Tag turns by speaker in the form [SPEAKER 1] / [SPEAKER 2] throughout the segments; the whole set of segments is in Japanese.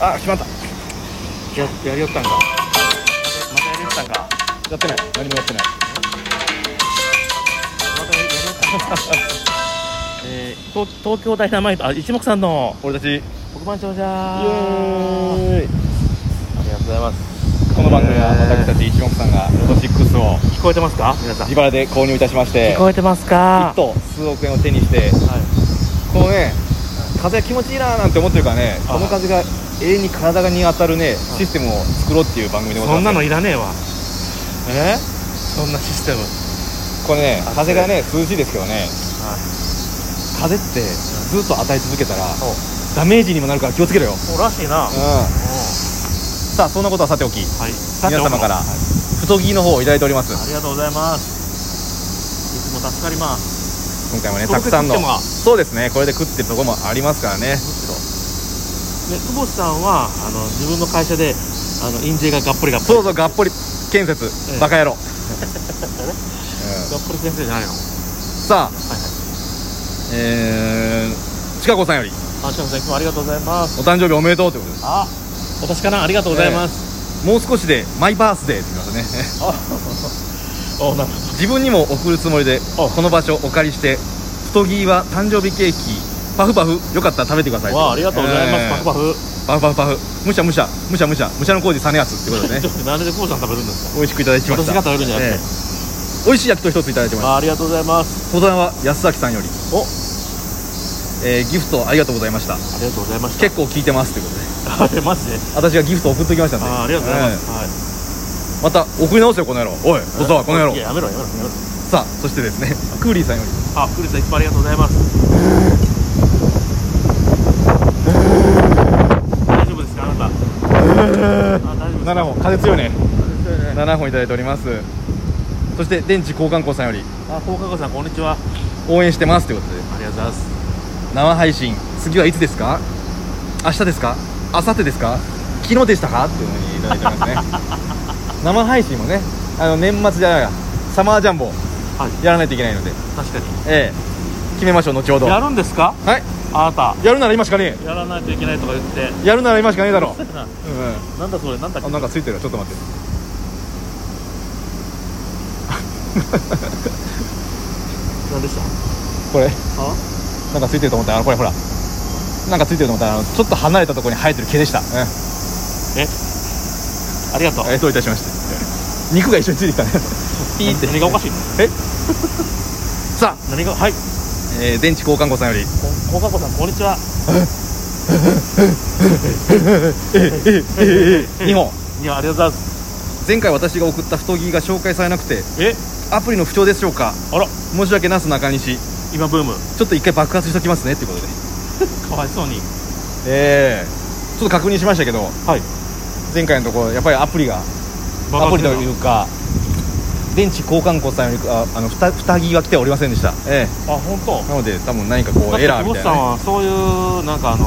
[SPEAKER 1] あ決まったややりよったんかまたやりよったんか
[SPEAKER 2] やってない何もやってない
[SPEAKER 1] またやりよったんかえー、東東京ダイナマイトあ一目散の
[SPEAKER 2] 俺たちイエ
[SPEAKER 1] 黒板長者イエあ
[SPEAKER 2] ーイ
[SPEAKER 1] りがとうございます
[SPEAKER 2] この番組は
[SPEAKER 1] えー
[SPEAKER 2] 私たち一目さんがロト6を
[SPEAKER 1] 聞こえてますか皆さん
[SPEAKER 2] 自腹で購入いたしまして
[SPEAKER 1] 聞こえてます
[SPEAKER 2] 一
[SPEAKER 1] か
[SPEAKER 2] 等数億円を手にして
[SPEAKER 1] はい
[SPEAKER 2] このね風気持ちいいなーなんて思ってるからね
[SPEAKER 1] あ
[SPEAKER 2] この風が永遠に体に当たるねシステムを作ろうっていう番組でござい
[SPEAKER 1] そんな
[SPEAKER 2] ます
[SPEAKER 1] のいらねえわ
[SPEAKER 2] え
[SPEAKER 1] そんなシステム
[SPEAKER 2] これね
[SPEAKER 1] あ
[SPEAKER 2] 風がね涼しいですけどね風ってずっと与え続けたら
[SPEAKER 1] お
[SPEAKER 2] ダメージにもなるから気をつけろよ
[SPEAKER 1] おらしいな、う
[SPEAKER 2] う
[SPEAKER 1] ん
[SPEAKER 2] んさあそんなことはさておき
[SPEAKER 1] はい、
[SPEAKER 2] 皆様から
[SPEAKER 1] はい
[SPEAKER 2] 太着の方をいただいております
[SPEAKER 1] ありがとうございますいつも助かります
[SPEAKER 2] 今回もね
[SPEAKER 1] これ
[SPEAKER 2] た
[SPEAKER 1] で
[SPEAKER 2] くさんの
[SPEAKER 1] 食っても
[SPEAKER 2] そうですねこれで食ってるとこもありますからね
[SPEAKER 1] むしろね久保さんはあの自分の会社であの印税ががっぽりがっぽり
[SPEAKER 2] そうそうがっぽり建設
[SPEAKER 1] ええ
[SPEAKER 2] バカ野郎、
[SPEAKER 1] ね
[SPEAKER 2] うん
[SPEAKER 1] がっぽり先生じゃないのはいは
[SPEAKER 2] さあ
[SPEAKER 1] い
[SPEAKER 2] えー、ちかこさんより
[SPEAKER 1] あしかもさんいつもありがとうございます
[SPEAKER 2] お誕生日おめでとうということで
[SPEAKER 1] あ私かなありがとうございます、
[SPEAKER 2] すもう少しでマイバースデーって言いましたね
[SPEAKER 1] あ おなるほ
[SPEAKER 2] 自分にも送るつもりで
[SPEAKER 1] あ
[SPEAKER 2] この場所お借りして太着は誕生日ケーキパフパフよかったら食べてください
[SPEAKER 1] どわあありがとうございます、
[SPEAKER 2] ええ
[SPEAKER 1] パフパフ
[SPEAKER 2] パフパフパフむしゃむしゃむしゃむしゃむしゃの工事実篤っ てことで
[SPEAKER 1] ち
[SPEAKER 2] ね
[SPEAKER 1] ょっとなんで久保さん食べるんですか
[SPEAKER 2] 美味しくいただきました
[SPEAKER 1] 私が食べるんじゃなくて
[SPEAKER 2] ええ美味しい焼きと一ついただいてます
[SPEAKER 1] あありがとうございます
[SPEAKER 2] 登山は安崎さんより、
[SPEAKER 1] おあ
[SPEAKER 2] えーギフトありがとうございました
[SPEAKER 1] りがとうございました
[SPEAKER 2] 結構聞いてますということで
[SPEAKER 1] あれマジで
[SPEAKER 2] 私がギフト送っときましたんで
[SPEAKER 1] あありがとうございます、
[SPEAKER 2] え
[SPEAKER 1] はい
[SPEAKER 2] えまた送り直せよこの野郎おい小沢この野郎
[SPEAKER 1] いややめろやめろやめろ
[SPEAKER 2] さあそしてですねクーリーさんより
[SPEAKER 1] あ古田さんいっぱいありがとうございます大丈夫ですかあなたあ大丈夫ですか
[SPEAKER 2] 7本風強いね7本いただいておりますそして電池交換工さんより
[SPEAKER 1] あ放課後さんこんにちは
[SPEAKER 2] 応援してますということで
[SPEAKER 1] ありがとうございます
[SPEAKER 2] 生配信次はいつですか明日ですか明後日ですか昨日でしたかっていうのにいただいてます ね生配信もねあの年末じゃないやサマージャンボ
[SPEAKER 1] はい
[SPEAKER 2] やらないといけないので
[SPEAKER 1] 確かに
[SPEAKER 2] ええ決めましょう後ほど
[SPEAKER 1] や
[SPEAKER 2] は
[SPEAKER 1] るんですか
[SPEAKER 2] い
[SPEAKER 1] あなた
[SPEAKER 2] やるなら今しかね
[SPEAKER 1] やらないといけないとか言って
[SPEAKER 2] えやるなら今しかねえだろ
[SPEAKER 1] うるせえ な
[SPEAKER 2] うん
[SPEAKER 1] なんだそれなんだっ
[SPEAKER 2] あ
[SPEAKER 1] け
[SPEAKER 2] なんかついてるちょっと待って
[SPEAKER 1] なんでした
[SPEAKER 2] これ
[SPEAKER 1] あ
[SPEAKER 2] なんかついてると思ったらあのこれほらなんかついてると思ったらあのちょっと離れたところに生えてる毛でした、う、
[SPEAKER 1] えありがとうん
[SPEAKER 2] えどういたしまして肉が一緒についてきたねピーって
[SPEAKER 1] 何がおかしいの
[SPEAKER 2] えさあ、
[SPEAKER 1] 何がはい
[SPEAKER 2] えー電池交換庫さんより
[SPEAKER 1] こ放課後さんこんにちは
[SPEAKER 2] 2本
[SPEAKER 1] いやありがとうございます
[SPEAKER 2] 前回私が送った太着が紹介されなくて
[SPEAKER 1] え
[SPEAKER 2] アプリの不調でしょうか
[SPEAKER 1] あら
[SPEAKER 2] 申し訳なすなかにし
[SPEAKER 1] 今ブーム
[SPEAKER 2] ちょっと一回爆発しときますねっていうことで
[SPEAKER 1] かわいそうに
[SPEAKER 2] ええちょっと確認しましたけど
[SPEAKER 1] はい
[SPEAKER 2] 前回のところやっぱりアプリがアプリというか電池交換庫さんよりああのふたふた着が来ておりませんでしたえ
[SPEAKER 1] あ本当
[SPEAKER 2] えなので多分何かこうエラーみたい
[SPEAKER 1] だって久保田さん
[SPEAKER 2] な、ね
[SPEAKER 1] はそういうなんかあの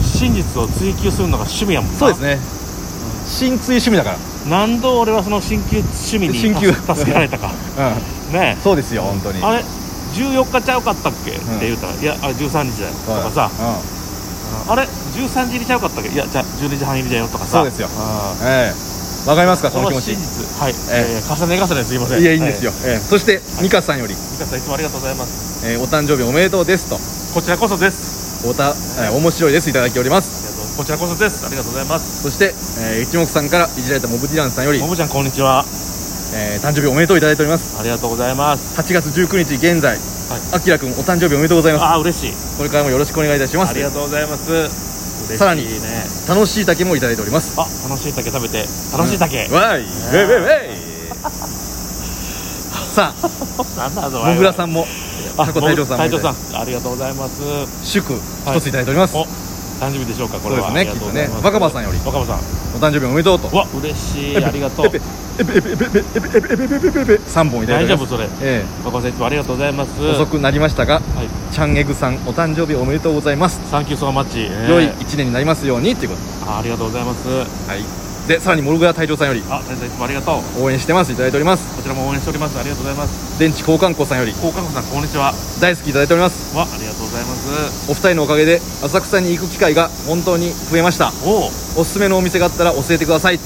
[SPEAKER 1] ー真実を追求するのが趣味やもんなん
[SPEAKER 2] そうですね真鍮趣味だか
[SPEAKER 1] 何度俺はその進級趣味に
[SPEAKER 2] 進級
[SPEAKER 1] 助助けられた か
[SPEAKER 2] らうん
[SPEAKER 1] ね
[SPEAKER 2] そうですよ本当に
[SPEAKER 1] えあれ14日ちゃうかったっけ、って言うたら「いやあれ13日だよ」と
[SPEAKER 2] は
[SPEAKER 1] か
[SPEAKER 2] い
[SPEAKER 1] さ「
[SPEAKER 2] う
[SPEAKER 1] あれ13時入りちゃうかったっけいやじゃあ12時半入りだよ」とか
[SPEAKER 2] ん、
[SPEAKER 1] さ
[SPEAKER 2] そうですよ
[SPEAKER 1] あ
[SPEAKER 2] ええわかりますか
[SPEAKER 1] ー
[SPEAKER 2] そ
[SPEAKER 1] こ
[SPEAKER 2] の
[SPEAKER 1] の
[SPEAKER 2] 気
[SPEAKER 1] 真
[SPEAKER 2] 持ちい
[SPEAKER 1] 実はい、
[SPEAKER 2] え
[SPEAKER 1] えー重ね重ねすいません
[SPEAKER 2] やいいんですよ、ええそして美香さんより、
[SPEAKER 1] はい美香さんいつもありがとうございます
[SPEAKER 2] えーお誕生日おめでとうですと
[SPEAKER 1] こちらこそです
[SPEAKER 2] おた、えー面白いですいただいております
[SPEAKER 1] ありがとうこちらこそですありがとうございます
[SPEAKER 2] そして、えー一目さんからいじられたモブディランさんより
[SPEAKER 1] も、もちゃんこんにちは
[SPEAKER 2] えー誕生日おめでとういただいております
[SPEAKER 1] ありがとうございます
[SPEAKER 2] 8月19日現在あきらくんお誕生日おめでとうございます
[SPEAKER 1] ああ嬉しい
[SPEAKER 2] これからもよろしくお願いいたしま
[SPEAKER 1] あ
[SPEAKER 2] す
[SPEAKER 1] りがとうございます嬉しいね
[SPEAKER 2] さらに楽しい竹もいただいております
[SPEAKER 1] あ楽しい竹食べて楽しい竹、
[SPEAKER 2] わーいウェイウェイウェ イさ
[SPEAKER 1] なんだぞ
[SPEAKER 2] あもぐらさ
[SPEAKER 1] ん
[SPEAKER 2] んも
[SPEAKER 1] あ
[SPEAKER 2] タコ隊長さんもい
[SPEAKER 1] 隊
[SPEAKER 2] た
[SPEAKER 1] 長
[SPEAKER 2] だいて
[SPEAKER 1] さんありがとうございます
[SPEAKER 2] 祝一ついただいております、
[SPEAKER 1] お誕生日でしょうかこれは
[SPEAKER 2] そうですね
[SPEAKER 1] ありがとうございます
[SPEAKER 2] きっとね若葉さんより
[SPEAKER 1] 若葉さん
[SPEAKER 2] お誕生日おめでとうと
[SPEAKER 1] うわ嬉しいありがとう
[SPEAKER 2] えぺえぺえぺえぺえぺえぺえぺえぺえぺえ三本いただい
[SPEAKER 1] 大
[SPEAKER 2] て
[SPEAKER 1] 丈
[SPEAKER 2] お
[SPEAKER 1] 夫そ
[SPEAKER 2] ります
[SPEAKER 1] れ
[SPEAKER 2] え
[SPEAKER 1] 若葉さんいつもありがとうございます
[SPEAKER 2] え遅くなりましたが
[SPEAKER 1] はい
[SPEAKER 2] チャンエグさんお誕生日おめでとうございます
[SPEAKER 1] サンキューソーマッチ、えー
[SPEAKER 2] 良い一年になりますようにっていうこと
[SPEAKER 1] あありがとうございます
[SPEAKER 2] はいでさらにモルグラ隊長さんより
[SPEAKER 1] あ先生いつもありがとう
[SPEAKER 2] 応援してますいただいております
[SPEAKER 1] こちらも応援しておりますありがとうございます
[SPEAKER 2] 電池交換工さんより
[SPEAKER 1] 高看護さんこんにちは
[SPEAKER 2] 大好きいただいております
[SPEAKER 1] はありがとうございます
[SPEAKER 2] お二人のおかげで浅草に行く機会が本当に増えました
[SPEAKER 1] おお
[SPEAKER 2] おすすめのお店があったら教えてください教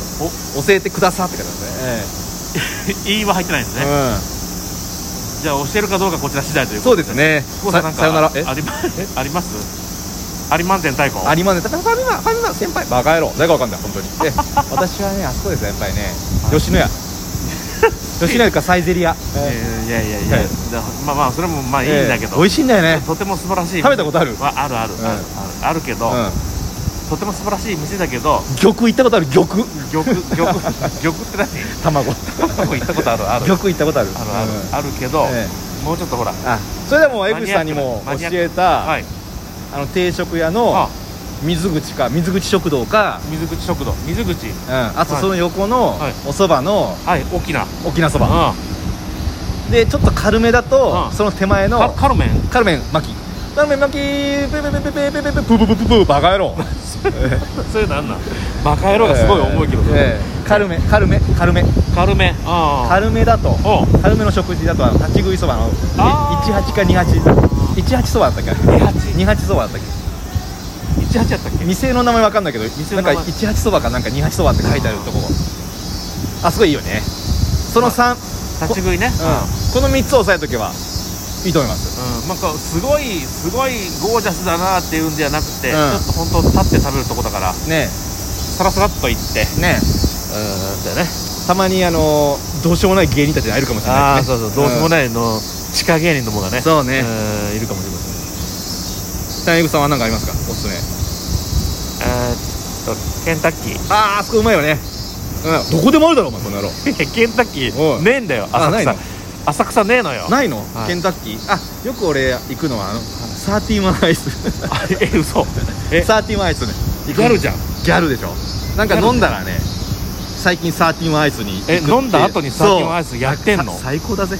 [SPEAKER 2] えてくださって書いてますね、
[SPEAKER 1] 言いは入ってないんです
[SPEAKER 2] ええ
[SPEAKER 1] ね、じゃあ教えるかどうかこちら次第という
[SPEAKER 2] うん、
[SPEAKER 1] こ
[SPEAKER 2] そう
[SPEAKER 1] と
[SPEAKER 2] で
[SPEAKER 1] です
[SPEAKER 2] ね
[SPEAKER 1] 高さんなんか
[SPEAKER 2] ささよならえ
[SPEAKER 1] ありま ありますありまんてん太鼓
[SPEAKER 2] ありまねファミマファミマ先輩バカ野郎誰かわかんない本 当にえ私はねあそこですやっぱりね
[SPEAKER 1] はい
[SPEAKER 2] 吉野家吉野家かサイゼリア、え
[SPEAKER 1] えー いやいやいや、
[SPEAKER 2] はい
[SPEAKER 1] じゃあまあまあそれもまあいいんだけど、
[SPEAKER 2] ええ美味しいんだよね
[SPEAKER 1] とても素晴らしい
[SPEAKER 2] 食べたことある
[SPEAKER 1] はあるある、
[SPEAKER 2] うん
[SPEAKER 1] あるあるあるけど、
[SPEAKER 2] うん
[SPEAKER 1] とても素晴らしい店だけど
[SPEAKER 2] 玉行ったことある玉
[SPEAKER 1] 玉玉玉って何
[SPEAKER 2] 卵
[SPEAKER 1] 玉行ったことあるある
[SPEAKER 2] 玉行ったことある
[SPEAKER 1] あるある、
[SPEAKER 2] う
[SPEAKER 1] あ
[SPEAKER 2] ん
[SPEAKER 1] るけど、
[SPEAKER 2] ええ
[SPEAKER 1] もうちょっとほら
[SPEAKER 2] あそれではもう江口さんにも
[SPEAKER 1] マニ
[SPEAKER 2] 教
[SPEAKER 1] アックな
[SPEAKER 2] えた、
[SPEAKER 1] はい
[SPEAKER 2] あの定食屋
[SPEAKER 1] あ
[SPEAKER 2] の水口か水口食堂か、
[SPEAKER 1] 水口食堂水口
[SPEAKER 2] うん、あとその横の
[SPEAKER 1] はい
[SPEAKER 2] おそばの
[SPEAKER 1] はい大きな
[SPEAKER 2] 沖縄そば、
[SPEAKER 1] うん
[SPEAKER 2] でちょっと軽めだと、
[SPEAKER 1] うん
[SPEAKER 2] その手前の
[SPEAKER 1] カカルメン
[SPEAKER 2] カルメン巻きカルメン巻きペペペペペペペペプープープープーバカ野郎
[SPEAKER 1] そういうのあんなバカ野郎がすごい重いけど、
[SPEAKER 2] ええカルメカルメカルメ
[SPEAKER 1] カルメンあ
[SPEAKER 2] カルメだと
[SPEAKER 1] おう
[SPEAKER 2] カルメの食事だとあの立ち食いそばのえ
[SPEAKER 1] あー
[SPEAKER 2] 18か28 18そばだったっけ
[SPEAKER 1] 18
[SPEAKER 2] 28そばだったっけ
[SPEAKER 1] 18やったっけ
[SPEAKER 2] 店の名前わかんないけど
[SPEAKER 1] 店
[SPEAKER 2] な
[SPEAKER 1] の
[SPEAKER 2] んか
[SPEAKER 1] 名前
[SPEAKER 2] 18そばかなんか28そばって書いてあるとこあすごいいいよねその3、
[SPEAKER 1] 立ち食いね
[SPEAKER 2] うんこの3つを押さえとけばいいと思います
[SPEAKER 1] うん、なんかすごいすごいゴージャスだなっていうんじゃなくて、
[SPEAKER 2] うん
[SPEAKER 1] ちょっと本当立って食べるとこだから
[SPEAKER 2] ね
[SPEAKER 1] さらさらっと行って
[SPEAKER 2] えね
[SPEAKER 1] う
[SPEAKER 2] え
[SPEAKER 1] んだよね
[SPEAKER 2] たまにあのーどうしようもない芸人たちに会えるかもしれ
[SPEAKER 1] ああ
[SPEAKER 2] ないで
[SPEAKER 1] そ
[SPEAKER 2] すね
[SPEAKER 1] うそうどうしようも
[SPEAKER 2] い、
[SPEAKER 1] ないの、地下芸人どもがね
[SPEAKER 2] そうね
[SPEAKER 1] うんいるかもしれません
[SPEAKER 2] タイグさんは何かありますかおすす
[SPEAKER 1] えーっとケンタッ キー
[SPEAKER 2] めあーあそこうまいよねうんどこでもあるだろお前この野郎
[SPEAKER 1] ケンタッキ
[SPEAKER 2] お
[SPEAKER 1] ー
[SPEAKER 2] い
[SPEAKER 1] ねえんだよ
[SPEAKER 2] あ
[SPEAKER 1] 浅
[SPEAKER 2] ない
[SPEAKER 1] 草
[SPEAKER 2] の
[SPEAKER 1] 浅草ねえのよ
[SPEAKER 2] ないの、
[SPEAKER 1] はい
[SPEAKER 2] ケンタッキーあよく俺行くのはあのサーティワンアイス
[SPEAKER 1] あ え嘘 え
[SPEAKER 2] サーティワンアイスね
[SPEAKER 1] ギャルじゃん
[SPEAKER 2] ギャルでしょなんか飲んだらね最近サーティワンアイスに行くって
[SPEAKER 1] え飲んだ後にサーティワンアイスやってんの
[SPEAKER 2] そうさ最高だぜ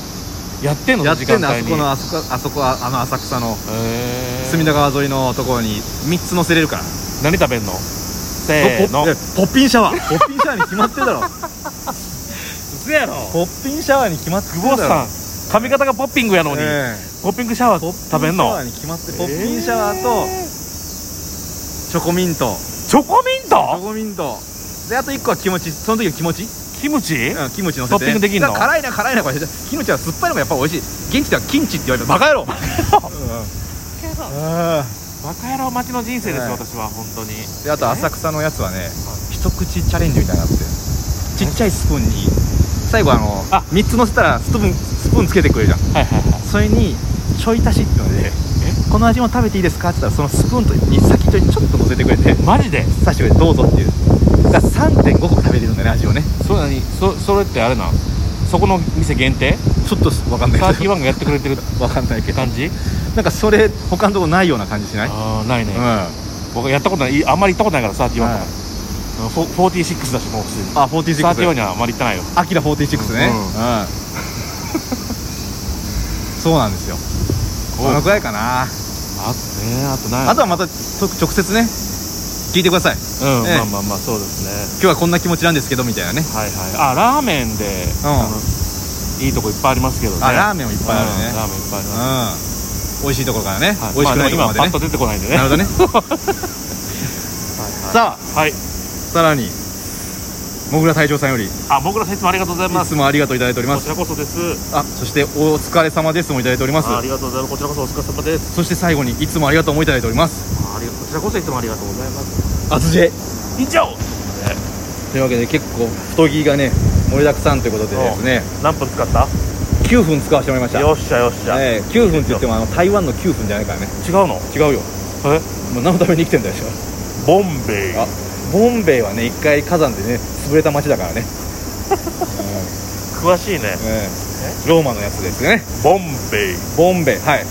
[SPEAKER 1] やってんの
[SPEAKER 2] やってんのあ
[SPEAKER 1] 時
[SPEAKER 2] そこ
[SPEAKER 1] 間帯に
[SPEAKER 2] のあそこあそこああの浅草の
[SPEAKER 1] えー
[SPEAKER 2] 隅田川沿いのところに3つ乗せれるから
[SPEAKER 1] 何食べんのせーの
[SPEAKER 2] ポポッピンシャワーポッピンシャワーに決まってるだろ
[SPEAKER 1] 嘘やろ
[SPEAKER 2] ポッピンシャワーに決まって
[SPEAKER 1] 久
[SPEAKER 2] る
[SPEAKER 1] 保
[SPEAKER 2] だ
[SPEAKER 1] 田
[SPEAKER 2] ろ
[SPEAKER 1] さん髪型がポッピングやのに、
[SPEAKER 2] え
[SPEAKER 1] ポッピングシャワ
[SPEAKER 2] え
[SPEAKER 1] ー食べんの
[SPEAKER 2] ポッピンシャワーに決まってるポッピンシャワーとチョコミント
[SPEAKER 1] チョコミン
[SPEAKER 2] チョ
[SPEAKER 1] ト
[SPEAKER 2] コミントであと1個はキムチその時はキムチ
[SPEAKER 1] キムチ
[SPEAKER 2] うんキムチのせて
[SPEAKER 1] トッピングできんの
[SPEAKER 2] だから辛いな辛いなこれキムチは酸っぱいのがやっぱ美味しい現地ではキンチって言われてバカ 野郎あ
[SPEAKER 1] バカ野郎待ちの人生です
[SPEAKER 2] はい
[SPEAKER 1] よ私は本当に
[SPEAKER 2] であと浅草のやつはね一口チャレンジみたいなのがあってちっちゃいスプーンに最後あの
[SPEAKER 1] あ
[SPEAKER 2] 3つ乗せたらスプーンスプーンつけてくれるじゃん
[SPEAKER 1] はいはいはい
[SPEAKER 2] それにちょい足しっていうのでこの味も食べていいですかって言ったらそのスプーンとに先っちょにちょっと乗せてくれて
[SPEAKER 1] マジで
[SPEAKER 2] 差してくれてどうぞっていうだから3.5個食べれるんだね味をね
[SPEAKER 1] それ何そそれってあれなんそこの店限 定
[SPEAKER 2] ちょっと分かんない
[SPEAKER 1] サーティ
[SPEAKER 2] けど
[SPEAKER 1] ワンがやってくれてる
[SPEAKER 2] 分かんないけど
[SPEAKER 1] 感じ
[SPEAKER 2] なんかそれ他のとこないような感じしない
[SPEAKER 1] ああないね、
[SPEAKER 2] う
[SPEAKER 1] 僕やったことないあんまり行ったことないからサーティ
[SPEAKER 2] ん、
[SPEAKER 1] ワン
[SPEAKER 2] は
[SPEAKER 1] と
[SPEAKER 2] い
[SPEAKER 1] か、うんフォ46だしもう普通に
[SPEAKER 2] あ、46
[SPEAKER 1] サーティワンにはあまり行ってないよ
[SPEAKER 2] アキラ46ね、
[SPEAKER 1] う
[SPEAKER 2] うんん そうなんですよこのくらいかな
[SPEAKER 1] あとねあとない
[SPEAKER 2] あとはまたと直接ね聞いてください
[SPEAKER 1] うん、
[SPEAKER 2] ええ
[SPEAKER 1] まあまあまあそうですね
[SPEAKER 2] 今日はこんな気持ちなんですけどみたいなね
[SPEAKER 1] はいはいあラーメンで、
[SPEAKER 2] うん
[SPEAKER 1] あのいいとこいっぱいありますけどね
[SPEAKER 2] あラーメンもいっぱいあるね
[SPEAKER 1] うんラーメンいっぱいあり
[SPEAKER 2] う
[SPEAKER 1] ます、
[SPEAKER 2] ん美味しいところからね、
[SPEAKER 1] はい
[SPEAKER 2] 美味しくないとこ
[SPEAKER 1] まあね
[SPEAKER 2] ろま
[SPEAKER 1] 今
[SPEAKER 2] でね、
[SPEAKER 1] パッと出てこないんでね
[SPEAKER 2] なるほどねさ
[SPEAKER 1] あはい
[SPEAKER 2] さらにもぐら隊長さんよりい
[SPEAKER 1] あ僕ら説もありがとうございます
[SPEAKER 2] つもありがとういただいておりま
[SPEAKER 1] こ
[SPEAKER 2] す
[SPEAKER 1] ちらこそです
[SPEAKER 2] あそしてお疲れ様ですもいただいております
[SPEAKER 1] あありがとうございますこちらこそお疲れ様です
[SPEAKER 2] そして最後にいつもありがとうもいただいております
[SPEAKER 1] あありがこちらこそいつもありがとうございます
[SPEAKER 2] あつじ
[SPEAKER 1] 以上
[SPEAKER 2] というわけで結構太着がね盛りだくさんということでですね
[SPEAKER 1] 何分使った
[SPEAKER 2] 9分使わせてもらいました
[SPEAKER 1] よっしゃよっしゃ、
[SPEAKER 2] ええ9分って言ってもあの台湾の9分じゃないからね
[SPEAKER 1] 違うの
[SPEAKER 2] 違うよ
[SPEAKER 1] え
[SPEAKER 2] もう何のために生きてんだよ
[SPEAKER 1] ボンベイ
[SPEAKER 2] あボンベイはね一回火山でね潰れた町だから ね、うん
[SPEAKER 1] 詳しいね
[SPEAKER 2] ええローマのやつですね
[SPEAKER 1] ボンベイ
[SPEAKER 2] ボンベイはい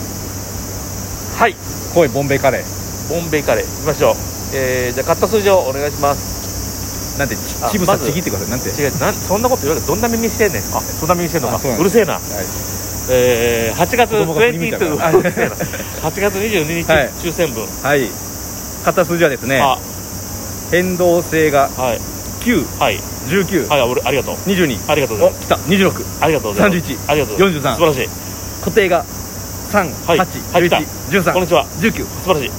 [SPEAKER 1] はい
[SPEAKER 2] 濃いボンベイカレー
[SPEAKER 1] ボンベイカレー行きましょうえー、じゃあ買った数字をお願いします
[SPEAKER 2] なんてち
[SPEAKER 1] あ
[SPEAKER 2] ちぶ
[SPEAKER 1] ま
[SPEAKER 2] さ
[SPEAKER 1] ず
[SPEAKER 2] ちぎってくださいなんて
[SPEAKER 1] 違うなんそんなこと言われてどんな耳してんねんあそんな耳してんのか
[SPEAKER 2] あそうなんだ
[SPEAKER 1] うるせえな
[SPEAKER 2] はい
[SPEAKER 1] えー、8月
[SPEAKER 2] 子供が
[SPEAKER 1] 22日
[SPEAKER 2] 耳見たから
[SPEAKER 1] うるせえ な8月22日、
[SPEAKER 2] はい
[SPEAKER 1] 抽選分、
[SPEAKER 2] はい、買った数字はですね
[SPEAKER 1] あ
[SPEAKER 2] 変動性が
[SPEAKER 1] はい
[SPEAKER 2] 9
[SPEAKER 1] はい
[SPEAKER 2] 19、
[SPEAKER 1] はい俺ありがとう
[SPEAKER 2] 22
[SPEAKER 1] ありがとうござ
[SPEAKER 2] お
[SPEAKER 1] います
[SPEAKER 2] 来た26
[SPEAKER 1] ありがとうございます
[SPEAKER 2] 31
[SPEAKER 1] ありがとうございます
[SPEAKER 2] 43
[SPEAKER 1] 素晴らしい
[SPEAKER 2] 固定が3、
[SPEAKER 1] はいはい来た
[SPEAKER 2] 8、11、
[SPEAKER 1] こんに
[SPEAKER 2] 13、
[SPEAKER 1] ちは
[SPEAKER 2] 19、
[SPEAKER 1] 素晴らしい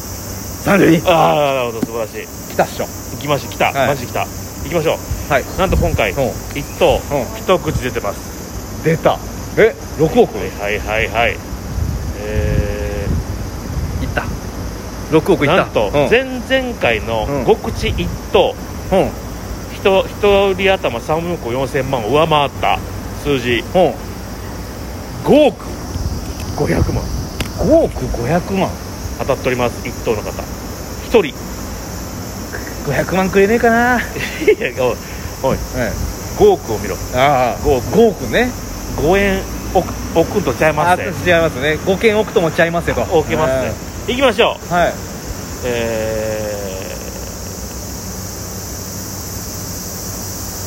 [SPEAKER 2] 32
[SPEAKER 1] ああなるほど素晴らしい
[SPEAKER 2] 来たっしょ
[SPEAKER 1] 行きましょう来た、
[SPEAKER 2] はい
[SPEAKER 1] マジで来た行きましょ
[SPEAKER 2] はいう
[SPEAKER 1] なんと今回
[SPEAKER 2] うん
[SPEAKER 1] 一等
[SPEAKER 2] うん
[SPEAKER 1] 一口出てます
[SPEAKER 2] 出たえ6億
[SPEAKER 1] はいはいはいはいえ
[SPEAKER 2] いった6億
[SPEAKER 1] ー、
[SPEAKER 2] いった
[SPEAKER 1] なんと
[SPEAKER 2] うん
[SPEAKER 1] 前々回の
[SPEAKER 2] うん
[SPEAKER 1] 5口一等
[SPEAKER 2] うん
[SPEAKER 1] 人一人頭3億4000万を上回った数字
[SPEAKER 2] うん
[SPEAKER 1] 5億500万
[SPEAKER 2] 5億500万
[SPEAKER 1] 当たっております一等の方一人い
[SPEAKER 2] 500万くれねえかな
[SPEAKER 1] やおいおい5億を見ろ
[SPEAKER 2] ああ
[SPEAKER 1] 5億
[SPEAKER 2] 5, 億ね
[SPEAKER 1] 5円億億とちゃいま
[SPEAKER 2] あ
[SPEAKER 1] す
[SPEAKER 2] 違い
[SPEAKER 1] ね
[SPEAKER 2] ますね5件億ともちゃいますよと
[SPEAKER 1] 億けますね行きましょう
[SPEAKER 2] うんはい
[SPEAKER 1] え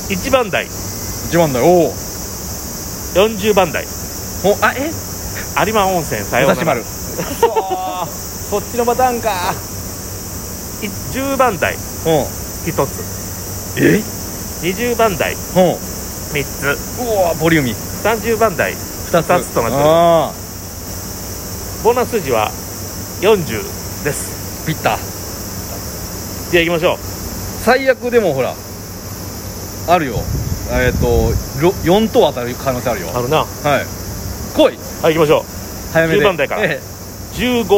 [SPEAKER 1] ー、1番台
[SPEAKER 2] 1万だよおー
[SPEAKER 1] 40番台
[SPEAKER 2] おあえ
[SPEAKER 1] 有馬温泉さよう
[SPEAKER 2] 武
[SPEAKER 1] な
[SPEAKER 2] 蔵丸
[SPEAKER 1] ら
[SPEAKER 2] くそーそっちのパターンか
[SPEAKER 1] い10番台
[SPEAKER 2] うん
[SPEAKER 1] 1つ
[SPEAKER 2] え
[SPEAKER 1] 20番台
[SPEAKER 2] うんう
[SPEAKER 1] 3つ
[SPEAKER 2] おーボリューミー
[SPEAKER 1] 30番台
[SPEAKER 2] 2つ
[SPEAKER 1] 二つとなっており
[SPEAKER 2] あ
[SPEAKER 1] ボーナス数字は40です
[SPEAKER 2] ーピッタ
[SPEAKER 1] じゃあ行きましょう
[SPEAKER 2] 最悪でもほらあるよえっ、と4等当たる可能性あるよ
[SPEAKER 1] あるな
[SPEAKER 2] はい来い
[SPEAKER 1] はい行きましょう
[SPEAKER 2] 早めで
[SPEAKER 1] 10番台から
[SPEAKER 2] え
[SPEAKER 1] 15
[SPEAKER 2] え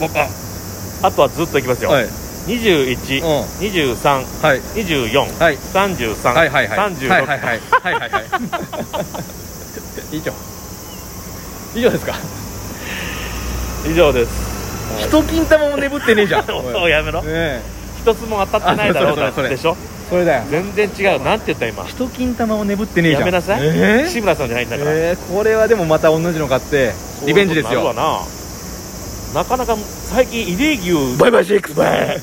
[SPEAKER 2] わあ
[SPEAKER 1] あとはずっと行きますよ、
[SPEAKER 2] はい、うん、
[SPEAKER 1] 212324
[SPEAKER 2] はいはい
[SPEAKER 1] 33
[SPEAKER 2] はいはいはい
[SPEAKER 1] 36
[SPEAKER 2] はいはいはいはいはいはい 以上以上ですか
[SPEAKER 1] 以上です
[SPEAKER 2] 一金玉も眠ってねえ じゃん
[SPEAKER 1] おいやめろ
[SPEAKER 2] ねえ
[SPEAKER 1] 一つも当たってないだろう
[SPEAKER 2] あそれそれそれ
[SPEAKER 1] でしょ
[SPEAKER 2] それだよ
[SPEAKER 1] 全然違うなんて言った今
[SPEAKER 2] 一金玉も眠ってねえじゃ
[SPEAKER 1] や
[SPEAKER 2] ん
[SPEAKER 1] めなさい、
[SPEAKER 2] え
[SPEAKER 1] 志
[SPEAKER 2] え
[SPEAKER 1] 村さんじゃないんだから、
[SPEAKER 2] ええこれはでもまた同じの買ってリベンジです
[SPEAKER 1] そういうこ
[SPEAKER 2] よ
[SPEAKER 1] とになるわななかなか最近イレギュバイバイシックスバイ